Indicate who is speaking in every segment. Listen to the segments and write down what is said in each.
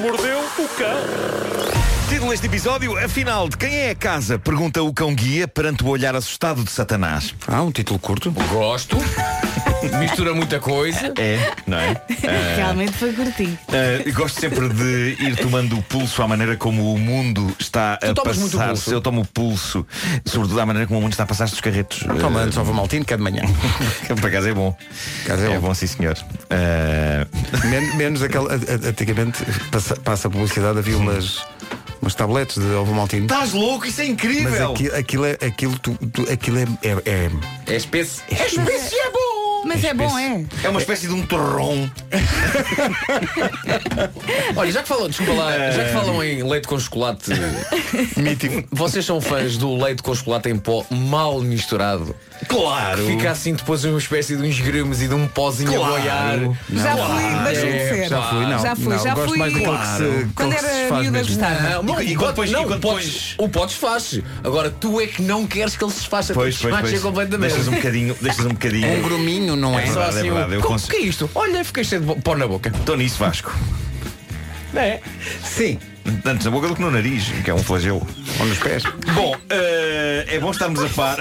Speaker 1: O cão.
Speaker 2: Título deste episódio, afinal, de quem é a casa? Pergunta o cão guia perante o olhar assustado de Satanás.
Speaker 3: Ah, um título curto.
Speaker 4: Gosto. Mistura muita coisa.
Speaker 2: É, não é?
Speaker 5: Realmente foi curtinho.
Speaker 2: Uh, gosto sempre de ir tomando o pulso à maneira como o mundo está
Speaker 4: Tu
Speaker 2: a
Speaker 4: tomas muito o
Speaker 2: passar.
Speaker 4: pulso?
Speaker 2: Eu tomo o pulso, sobretudo à maneira como o mundo está a passar dos carretos.
Speaker 3: Toma antes ovo maltino, que é de manhã.
Speaker 2: Uh, Por acaso é bom.
Speaker 3: acaso é
Speaker 2: é
Speaker 3: bom.
Speaker 2: bom, sim senhor. Uh,
Speaker 3: Men- menos aquele. a- a- Antigamente, passa, passa a publicidade, havia umas, umas tabletes de ovo maltino.
Speaker 2: Estás louco, isso é
Speaker 3: Mas
Speaker 2: incrível!
Speaker 3: aquilo, aquilo, é, aquilo, tu- tu- aquilo é, é- é-
Speaker 4: É espécie.
Speaker 5: é bom! Mas é bom, é?
Speaker 2: É uma espécie de um torrão.
Speaker 4: Olha, já que falam, desculpa
Speaker 2: É.
Speaker 4: lá, já que falam em leite com chocolate,
Speaker 3: mítico.
Speaker 4: vocês são fãs do leite com chocolate em pó mal misturado.
Speaker 2: Claro!
Speaker 4: Fica assim depois uma espécie de uns grumos e de um pozinho
Speaker 2: Claro.
Speaker 4: a boiar.
Speaker 5: Já fui, deixou de
Speaker 4: é,
Speaker 5: ser.
Speaker 4: já fui,
Speaker 3: não,
Speaker 5: Já fui,
Speaker 3: não,
Speaker 5: já
Speaker 3: gosto
Speaker 5: fui.
Speaker 3: mais daquele que se-
Speaker 5: Claro.
Speaker 3: que
Speaker 5: Quando
Speaker 3: se
Speaker 5: era
Speaker 3: faz
Speaker 5: miúda
Speaker 3: mesmo.
Speaker 5: gostava.
Speaker 4: Ah, não,
Speaker 2: E quando
Speaker 4: o pote-
Speaker 2: pões- e
Speaker 4: não,
Speaker 2: quando
Speaker 4: o potes, o potes faz. Agora tu é que não queres que ele se desfaça.
Speaker 2: Pois,
Speaker 4: tu
Speaker 2: pois,
Speaker 4: desmancha
Speaker 2: pois.
Speaker 4: completamente.
Speaker 2: Deixas um bocadinho, deixas um
Speaker 3: Um
Speaker 2: bocadinho.
Speaker 3: gruminho, não é?
Speaker 2: É
Speaker 4: Só
Speaker 2: verdade,
Speaker 4: assim, o-
Speaker 2: verdade, eu
Speaker 4: "Co-
Speaker 2: consigo."
Speaker 4: que é isto? Olha, fiquei cheio de bo- pó na boca.
Speaker 2: Estou nisso, Vasco.
Speaker 1: É.
Speaker 3: Sim.
Speaker 2: Antes na boca do que no nariz, que é um flagelo.
Speaker 3: Ou nos pés.
Speaker 2: Bom, eh, é bom estarmos a par.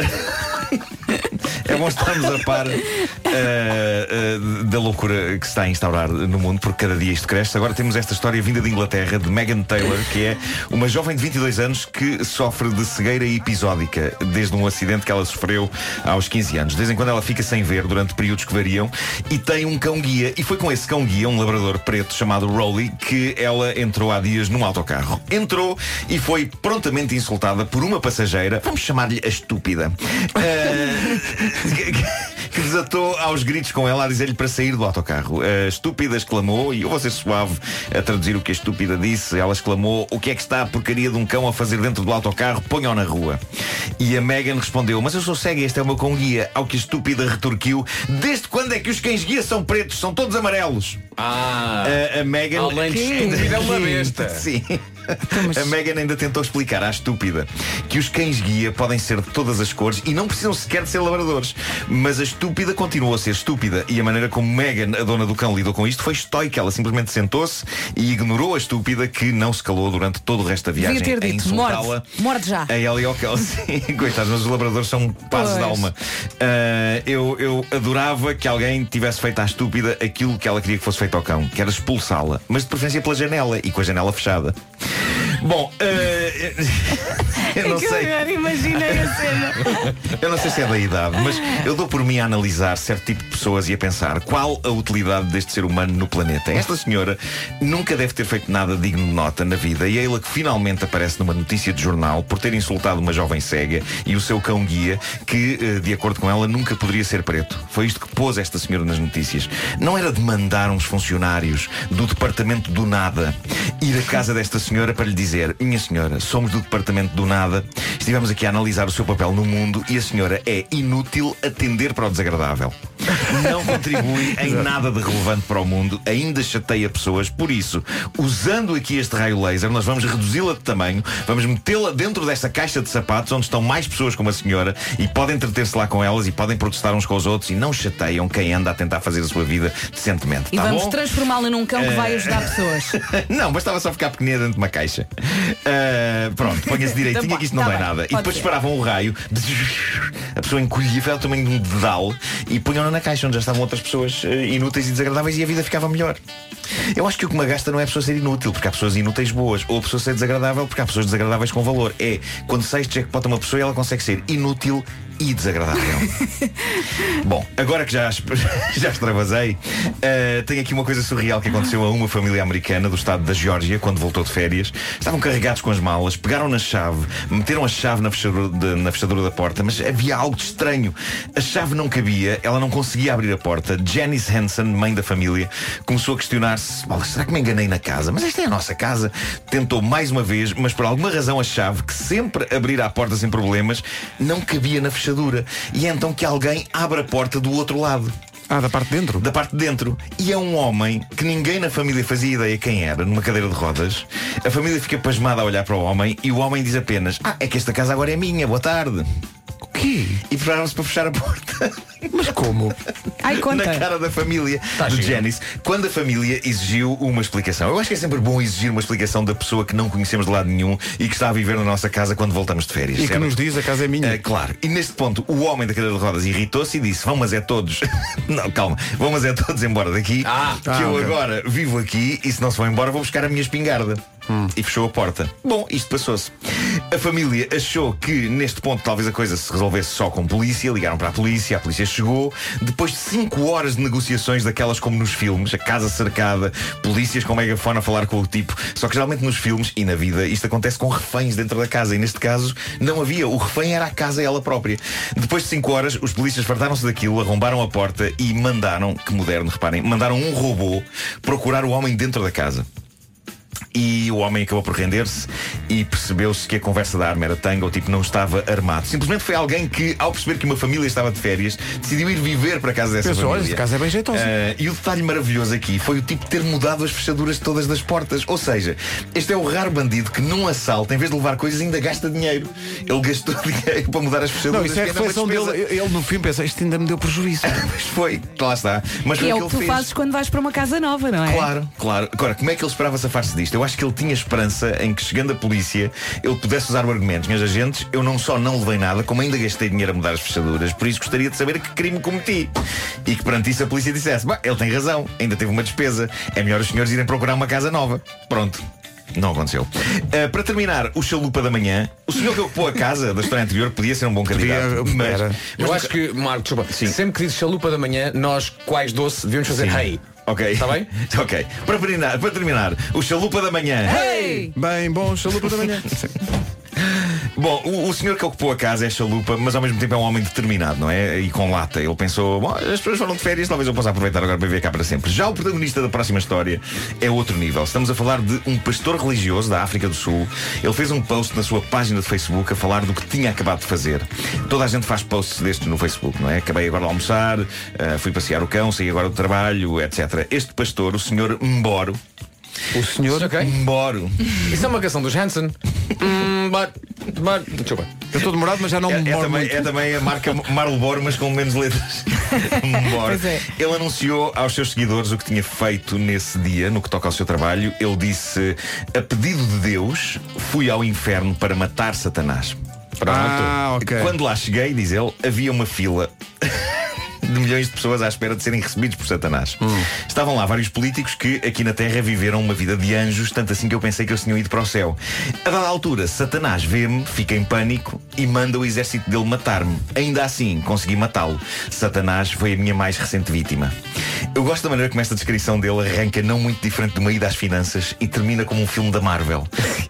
Speaker 2: É bom estarmos a par eh, eh, da loucura que se está a instaurar no mundo, porque cada dia isto cresce. Agora temos esta história vinda de Inglaterra, de Megan Taylor, que é uma jovem de 22 anos que sofre de cegueira episódica, desde um acidente que ela sofreu aos 15 anos. De vez em quando ela fica sem ver durante períodos que variam e tem um cão-guia. E foi com esse cão-guia, um labrador preto chamado Rolly, que ela entrou há dias num autocarro. Entrou e foi prontamente insultada por uma passageira, vamos chamar-lhe a estúpida, eh, que- que- que desatou aos gritos com ela a dizer-lhe para sair do autocarro. A estúpida exclamou, e eu vou ser suave a traduzir o que a estúpida disse, ela exclamou: O que é que está a porcaria de um cão a fazer dentro do autocarro? Ponham na rua. E a Megan respondeu: Mas eu sou cega, este é o meu cão guia. Ao que a estúpida retorquiu: Desde quando é que os cães guia são pretos? São todos amarelos.
Speaker 4: Ah,
Speaker 2: A, a Megan.
Speaker 4: além de estúpida, é uma besta.
Speaker 2: Sim.
Speaker 5: Então,
Speaker 2: A Megan ainda tentou explicar à estúpida que os cães guia podem ser de todas as cores e não precisam sequer de ser labradores. Mas a estúpida continuou a ser estúpida e a maneira como Megan, a dona do cão, lidou com isto foi estoica. Ela simplesmente sentou-se e ignorou a estúpida que não se calou durante todo o resto da
Speaker 5: Devia
Speaker 2: viagem.
Speaker 5: ter
Speaker 2: a
Speaker 5: dito,
Speaker 2: insultá-la.
Speaker 5: morde, morde já.
Speaker 2: A ela e ao cão, É sim. Coitados, mas os labradores são pazes de
Speaker 5: Pois.
Speaker 2: alma. Ah, eu, eu adorava que alguém tivesse feito à estúpida aquilo que ela queria que fosse feito ao cão, que era expulsá-la, mas de preferência pela janela e com a janela fechada. Bom, ah, eu não
Speaker 5: é que
Speaker 2: sei.
Speaker 5: eu agora imaginei a cena.
Speaker 2: Eu não sei se é da idade, mas eu dou por mim a analisar certo tipo de pessoas e a pensar qual a utilidade deste ser humano no planeta. Esta senhora nunca deve ter feito nada digno de nota na vida e é ela que finalmente aparece numa notícia de jornal por ter insultado uma jovem cega e o seu cão guia, que, eh, de acordo com ela, nunca poderia ser preto. Foi isto que pôs esta senhora nas notícias. Não era demandar uns funcionários do departamento do nada ir à casa desta senhora para lhe dizer: Minha senhora, somos do departamento do nada, estivemos aqui a analisar o seu papel no mundo e a senhora é inútil atender para o desagradável. Não contribui em nada de relevante para o mundo, ainda chateia pessoas. Por isso, usando aqui este raio laser, nós vamos reduzi-la de tamanho, vamos metê-la dentro desta caixa de sapatos onde estão mais pessoas como a senhora e podem entreter-se lá com elas e podem protestar uns com os outros e não chateiam quem anda a tentar fazer a sua vida decentemente.
Speaker 5: E
Speaker 2: tá
Speaker 5: vamos
Speaker 2: bom?
Speaker 5: transformá-la num cão que vai ajudar pessoas.
Speaker 2: Não, bastava só ficar pequenina dentro de uma caixa. Ah, pronto, ponha-se direitinho é
Speaker 5: Então,
Speaker 2: que isto não
Speaker 5: tá
Speaker 2: dá
Speaker 5: bem,
Speaker 2: nada. E
Speaker 5: pode
Speaker 2: depois
Speaker 5: ser.
Speaker 2: disparavam o raio, a pessoa encolhia, foi ao tamanho de um dedal e punham-na na caixa onde já estavam outras pessoas eh, inúteis e desagradáveis e a vida ficava melhor. Eu acho que o que me gasta não é a pessoa ser inútil, porque há pessoas inúteis boas, ou a pessoa ser desagradável, porque há pessoas desagradáveis com valor. É quando sai este jackpot a uma pessoa e ela consegue ser inútil e desagradável. Bom, agora que já, esp- já extravasei, eh, tenho aqui uma coisa surreal que aconteceu a uma família americana do estado da Geórgia quando voltou de férias. Estavam carregados com as malas, pegaram na chave, meteram a chave na fechadura, de- na fechadura da porta, mas havia algo de estranho. A chave não cabia, ela não conseguia abrir a porta. Janice Hansen, mãe da família, começou a questionar-se: "Bolas, será que me enganei na casa? Mas esta é a nossa casa. Tentou mais uma vez, mas por alguma razão a chave, que sempre abrir a porta sem problemas, não cabia na fechadura. E é então que alguém abre a porta do outro lado,
Speaker 3: Ah, da parte de dentro?
Speaker 2: da parte de dentro. E é um homem que ninguém na família fazia ideia quem era, numa cadeira de rodas. A família fica pasmada a olhar para o homem e o homem diz apenas: Ah, é que esta casa agora é minha, boa tarde.
Speaker 3: O quê? quê?
Speaker 2: E prepararam-se para fechar a porta
Speaker 3: Mas como?
Speaker 5: Ai, conta.
Speaker 2: na cara da família
Speaker 4: Tá
Speaker 2: do
Speaker 4: giro.
Speaker 2: Janis quando a família exigiu uma explicação. Eu acho que é sempre bom exigir uma explicação da pessoa que não conhecemos de lado nenhum e que está a viver na nossa casa quando voltamos de férias.
Speaker 3: E que
Speaker 2: certo?
Speaker 3: nos diz a casa é
Speaker 2: É,
Speaker 3: minha.
Speaker 2: claro. E neste ponto, o homem da cadeira de rodas irritou-se e disse: Vão, mas é todos. não, calma. Vão, mas é todos embora daqui.
Speaker 4: Ah,
Speaker 2: que
Speaker 3: ah,
Speaker 2: eu
Speaker 3: ok.
Speaker 2: agora vivo aqui e se não se vão embora, vou buscar a minha espingarda.
Speaker 3: Hum.
Speaker 2: E fechou a porta. Bom, isto passou-se. A família achou que neste ponto talvez a coisa se resolvesse só com polícia. Ligaram para a polícia, a polícia chegou. Depois de 5 horas de negociações, daquelas como nos filmes, a casa cercada, polícias com megafone a falar com o tipo. Só que geralmente nos filmes e na vida isto acontece com reféns dentro da casa. E neste caso não havia. O refém era a casa ela própria. Depois de 5 horas, os polícias fartaram-se daquilo, arrombaram a porta e mandaram, que moderno, reparem, mandaram um robô procurar o homem dentro da casa. E o homem acabou por render-se e percebeu-se que a conversa da arma era tanga, o tipo não estava armado. Simplesmente foi alguém que, ao perceber que uma família estava de férias, decidiu ir viver para a casa dessa
Speaker 3: Pensou, olha,
Speaker 2: família.
Speaker 3: este caso é bem jeitoso.
Speaker 2: Ah, e o detalhe maravilhoso aqui foi o tipo ter mudado as fechaduras todas das portas. Ou seja, este é o raro bandido que num assalto, em vez de levar coisas, ainda gasta dinheiro. Ele gastou dinheiro para mudar as fechaduras.
Speaker 3: Não, isso é a
Speaker 2: que ainda uma
Speaker 3: reflexão
Speaker 2: despesa.
Speaker 3: dele. Ele no filme pensa, isto ainda me deu prejuízo.
Speaker 2: Mas foi, lá está. Mas foi
Speaker 5: Que é
Speaker 2: o que ele
Speaker 5: o que tu
Speaker 2: fez.
Speaker 5: fazes quando vais para uma casa nova, não é?
Speaker 2: Claro, claro. Agora, como é que ele esperava safar-se disto? Eu acho que ele tinha esperança em que, chegando a polícia, ele pudesse usar o argumento. Meus agentes, eu não só não levei nada, como ainda gastei dinheiro a mudar as fechaduras, por isso gostaria de saber que crime cometi. E que perante isso a polícia dissesse: Bah, ele tem razão, ainda teve uma despesa. É melhor os senhores irem procurar uma casa nova. Pronto. Não aconteceu. Ah, para terminar, o chalupa da manhã, o senhor que ocupou a casa da história anterior podia ser um bom candidato.
Speaker 3: Podia,
Speaker 2: mas,
Speaker 3: era.
Speaker 4: Eu acho que, Marco, desculpa, sempre que dizes chalupa da manhã, nós, quais doce, devemos fazer hey.
Speaker 2: Ok.
Speaker 4: Está Tá bem?
Speaker 2: ok. Para terminar, para terminar, o chalupa da manhã.
Speaker 5: Ei!
Speaker 3: Bem, bom, chalupa da manhã.
Speaker 2: Bom, o, o senhor que ocupou a casa é chalupa, mas ao mesmo tempo é um homem determinado, não é? E com lata. Ele pensou, bom, as pessoas foram de férias, talvez eu possa aproveitar agora para viver cá para sempre. Já o protagonista da próxima história é outro nível. Estamos a falar de um pastor religioso da África do Sul. Ele fez um post na sua página de Facebook a falar do que tinha acabado de fazer. Toda a gente faz posts destes no Facebook, não é? Acabei agora de almoçar, ah, fui passear o cão, saí agora do trabalho, etc. Este pastor, o senhor Mboro.
Speaker 3: O senhor.
Speaker 4: Ok?
Speaker 2: Mboro.
Speaker 4: Isso é uma canção dos Hanson. Hum, but, but, desculpa.
Speaker 3: Eu estou demorado, mas já não
Speaker 2: É,
Speaker 3: me
Speaker 2: é
Speaker 3: moro
Speaker 2: também,
Speaker 3: Um muito.
Speaker 2: é também a marca Marlboro, mas com menos letras. Marlboro.
Speaker 5: Pois é.
Speaker 2: Ele anunciou aos seus seguidores o que tinha feito nesse dia, no que toca ao seu trabalho. Ele disse: A pedido de Deus, fui ao inferno para matar Satanás. Pronto.
Speaker 3: Ah, ok.
Speaker 2: Quando lá cheguei, diz ele, havia uma fila. De milhões de pessoas à espera de serem recebidos por Satanás. Estavam lá vários políticos que aqui na Terra viveram uma vida de anjos, tanto assim que eu pensei que eles tinham ido para o céu. A dada altura, Satanás vê-me, fica em pânico e manda o exército dele matar-me. Ainda assim, consegui matá-lo. Satanás foi a minha mais recente vítima. Eu gosto da maneira como esta descrição dele arranca não muito diferente de uma ida às finanças e termina como um filme da Marvel.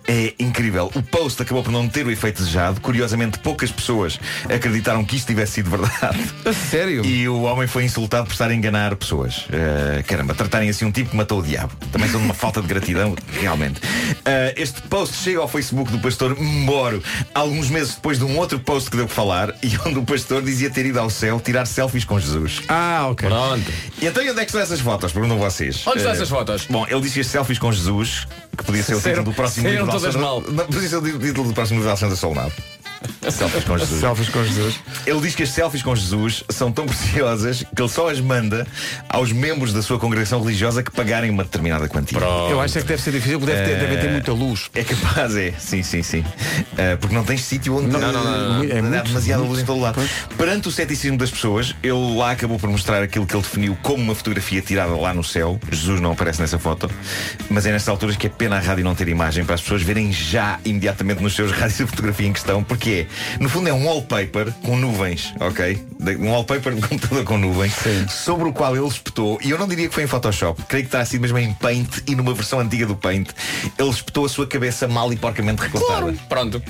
Speaker 2: É incrível. O post acabou por não ter o efeito desejado. Curiosamente, poucas pessoas acreditaram que isto tivesse sido verdade.
Speaker 3: A sério?
Speaker 2: E o homem foi insultado por estar a enganar pessoas. Eh, caramba, tratarem assim um tipo que matou o diabo. Também são de uma falta de gratidão, realmente. Eh, este post chega ao Facebook do pastor Moro, alguns meses depois de um outro post que deu que falar, e onde o pastor dizia ter ido ao céu tirar selfies com Jesus.
Speaker 3: Ah, ok.
Speaker 4: Pronto.
Speaker 2: E então e onde é que estão essas fotos? Perguntam vocês.
Speaker 4: Onde estão
Speaker 2: Eh,
Speaker 4: essas fotos?
Speaker 2: Bom, ele disse as selfies com Jesus, que podia ser o
Speaker 4: Saíram-
Speaker 2: título do próximo
Speaker 4: saíram
Speaker 2: livro. de
Speaker 4: todas
Speaker 2: Alexandre- Não, Podia ser o título do próximo livro de Alexandre Solnado. Selfies com Jesus.
Speaker 3: Selfies com Jesus.
Speaker 2: Ele diz que as selfies com Jesus são tão preciosas que ele só as manda aos membros da sua congregação religiosa que pagarem uma determinada quantia.
Speaker 3: Eu acho é que deve ser difícil, porque deve ter, deve ter muita luz.
Speaker 2: É capaz, é. Sim, sim, sim. Ah, porque não tens sítio onde
Speaker 3: Não, não, não, não, não. É
Speaker 2: há
Speaker 3: muito,
Speaker 2: demasiada
Speaker 3: muito.
Speaker 2: luz em todo lado. Perante o ceticismo das pessoas, ele lá acabou por mostrar aquilo que ele definiu como uma fotografia tirada lá no céu. Jesus não aparece nessa foto. Mas é nestas alturas que é pena a rádio não ter imagem para as pessoas verem já imediatamente nos seus rádios a fotografia em questão, porque é, no fundo, é um wallpaper com nuvens, ok? De- Um wallpaper de computador com nuvens, sobre o qual ele espetou, e eu não diria que foi em Photoshop, creio que terá sido mesmo em Paint e numa versão antiga do Paint, ele espetou a sua cabeça mal e porcamente recortada.
Speaker 4: Pronto.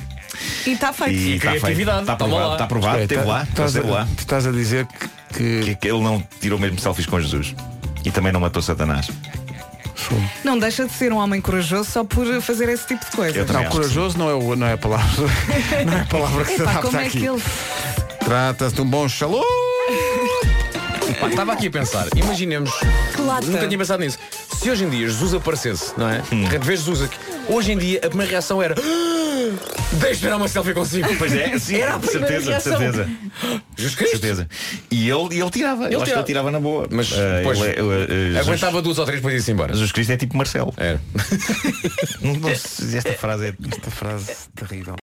Speaker 5: E está feito.
Speaker 2: E tá está
Speaker 4: criatividade,
Speaker 2: Está
Speaker 4: toma
Speaker 2: aprovado,
Speaker 4: lá.
Speaker 2: está aprovado,
Speaker 3: Espera,
Speaker 2: esteve
Speaker 3: tá-
Speaker 2: lá,
Speaker 3: estás
Speaker 2: esteve
Speaker 3: a-
Speaker 2: lá.
Speaker 3: tu Estás a dizer que. que-
Speaker 2: Que, que ele não tirou mesmo selfies com Jesus. E também não matou Satanás.
Speaker 5: Não deixa de ser um homem corajoso só por fazer esse tipo de coisa.
Speaker 2: Eu também
Speaker 3: Não,
Speaker 2: acho que
Speaker 3: corajoso não é, o- não é a palavra. Não é a palavra que se
Speaker 5: Epá, como
Speaker 3: adapta
Speaker 5: é
Speaker 3: aqui.
Speaker 5: que ele.
Speaker 3: Trata-se de um bom xalô.
Speaker 4: Pá, Estava aqui a pensar, imaginemos.
Speaker 5: Que lata.
Speaker 4: Nunca tinha pensado nisso. Se
Speaker 2: Hum.
Speaker 4: hoje em dia Jesus aparecesse, não é? De repente vês Jesus aqui. Hoje em dia a primeira reação era. "Ah, Deixa tirar uma selfie consigo.
Speaker 2: Pois é, sim,
Speaker 4: Era a
Speaker 2: de
Speaker 4: primeira
Speaker 2: certeza, de
Speaker 4: reação.
Speaker 2: certeza.
Speaker 4: Jesus
Speaker 2: de
Speaker 4: Cristo.
Speaker 2: certeza. E ele, e ele tirava, eu
Speaker 4: Ele
Speaker 2: acho que ele tirava na boa.
Speaker 4: Mas
Speaker 2: Ah,
Speaker 4: depois
Speaker 2: ele é- ele é- Jesus,
Speaker 4: aguentava duas ou três depois ia-se embora.
Speaker 2: Jesus Cristo é tipo Marcelo.
Speaker 4: Era.
Speaker 2: Não, não, se- esta frase é
Speaker 3: Esta frase terrível.